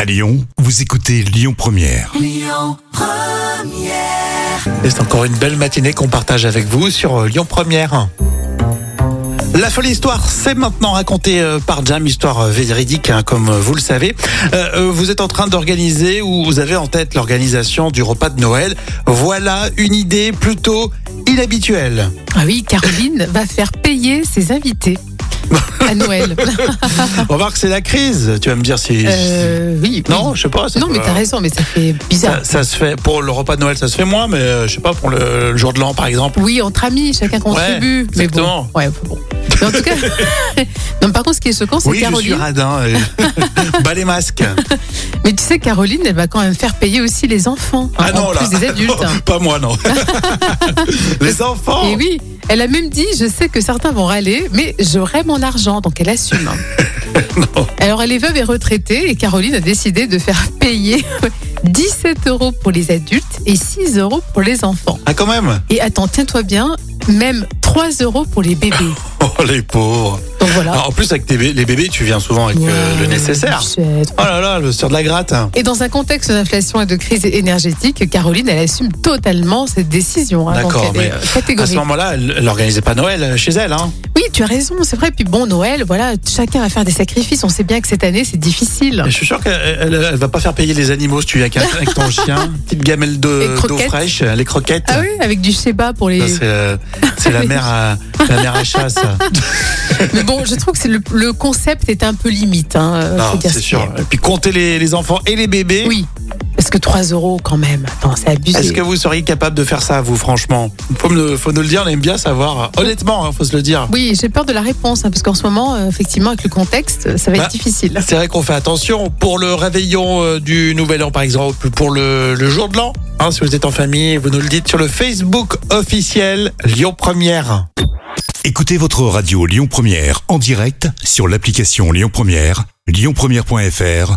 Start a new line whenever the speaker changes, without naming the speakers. À Lyon, vous écoutez Lyon Première.
Et c'est encore une belle matinée qu'on partage avec vous sur euh, Lyon Première. La folle histoire, c'est maintenant racontée euh, par Jam, histoire euh, véridique, hein, comme euh, vous le savez. Euh, euh, vous êtes en train d'organiser ou vous avez en tête l'organisation du repas de Noël. Voilà une idée plutôt inhabituelle.
Ah oui, Caroline va faire payer ses invités à Noël.
Remarque, c'est la crise. Tu vas me dire si...
Ah. Euh, oui. oui.
Non, je sais pas. c'est
Non, mais
pas-
t'as raison, mais ça fait bizarre.
Ça, ça se fait pour le repas de Noël, ça se fait moins, mais euh, je sais pas pour le, le jour de l'an par exemple.
Oui, entre amis, chacun contribue. mais bon.
exactement.
Ouais, bon. Mais en tout cas, non, mais par contre, ce qui est choquant, c'est
Oui, je suis
Caroline.
radin. euh, Bas les masques.
Mais tu sais, Caroline, elle va quand même faire payer aussi les enfants. hein,
Ah non,
en
là.
plus des adultes. hein.
Pas moi, non. les enfants.
Et oui, elle a même dit, je sais que certains vont râler, mais j'aurai mon argent, donc elle assume. Alors elle est veuve et retraitée, et Caroline a décidé de faire payer 17 euros pour les adultes et 6 euros pour les enfants.
Ah, quand même.
Et attends, tiens-toi bien, même 3 euros pour les bébés.
Oh, les pauvres.
Donc voilà.
Ah, en plus, avec tes bé- les bébés, tu viens souvent avec euh, le
Ouais,
nécessaire.
chouette.
Oh là là, le sur de la gratte. hein.
Et dans un contexte d'inflation et de crise énergétique, Caroline, elle assume totalement cette décision. hein.
D'accord,
Donc, elle est,
mais
euh,
À ce
catégorique.
moment-là, elle n'organisait pas Noël chez elle. Hein.
Oui, tu as raison, c'est vrai. Puis bon, Noël, voilà, chacun va faire des sacrifices. On sait bien que cette année, c'est difficile.
Et Je suis sûr qu'elle elle, elle va pas faire payer les animaux si tu viens avec, un- avec ton chien. Petite gamelle de-
Les
d'eau
croquettes.
fraîche, euh, les croquettes.
Ah oui, avec du sheba pour les.
Ça, c'est euh, c'est la mère à la mère à chasse.
Bah, Mais bon, je trouve que c'est le, le concept est un peu limite. Hein, euh,
Non,
faut dire ce
c'est
qui
sûr. Et puis compter les, les enfants et les
est.
bébés.
Oui, parce que 3 euros quand même. Attends, c'est abusé.
Est-ce que vous seriez capable de faire ça, vous, franchement faut, me- faut nous le dire, on aime bien savoir. Honnêtement, hein, faut se le dire.
Oui, j'ai peur de la réponse, hein, parce qu'en ce moment, euh, effectivement, avec le contexte, ça va
Bah,
être difficile.
C'est vrai qu'on fait attention pour le réveillon euh, du Nouvel An, par exemple, pour le, le jour de l'an. hein, si vous êtes en famille, vous nous le dites sur le Facebook officiel Lyon Première.
Écoutez votre radio Lyon Première en direct sur l'application Lyon Première, lyonpremière.fr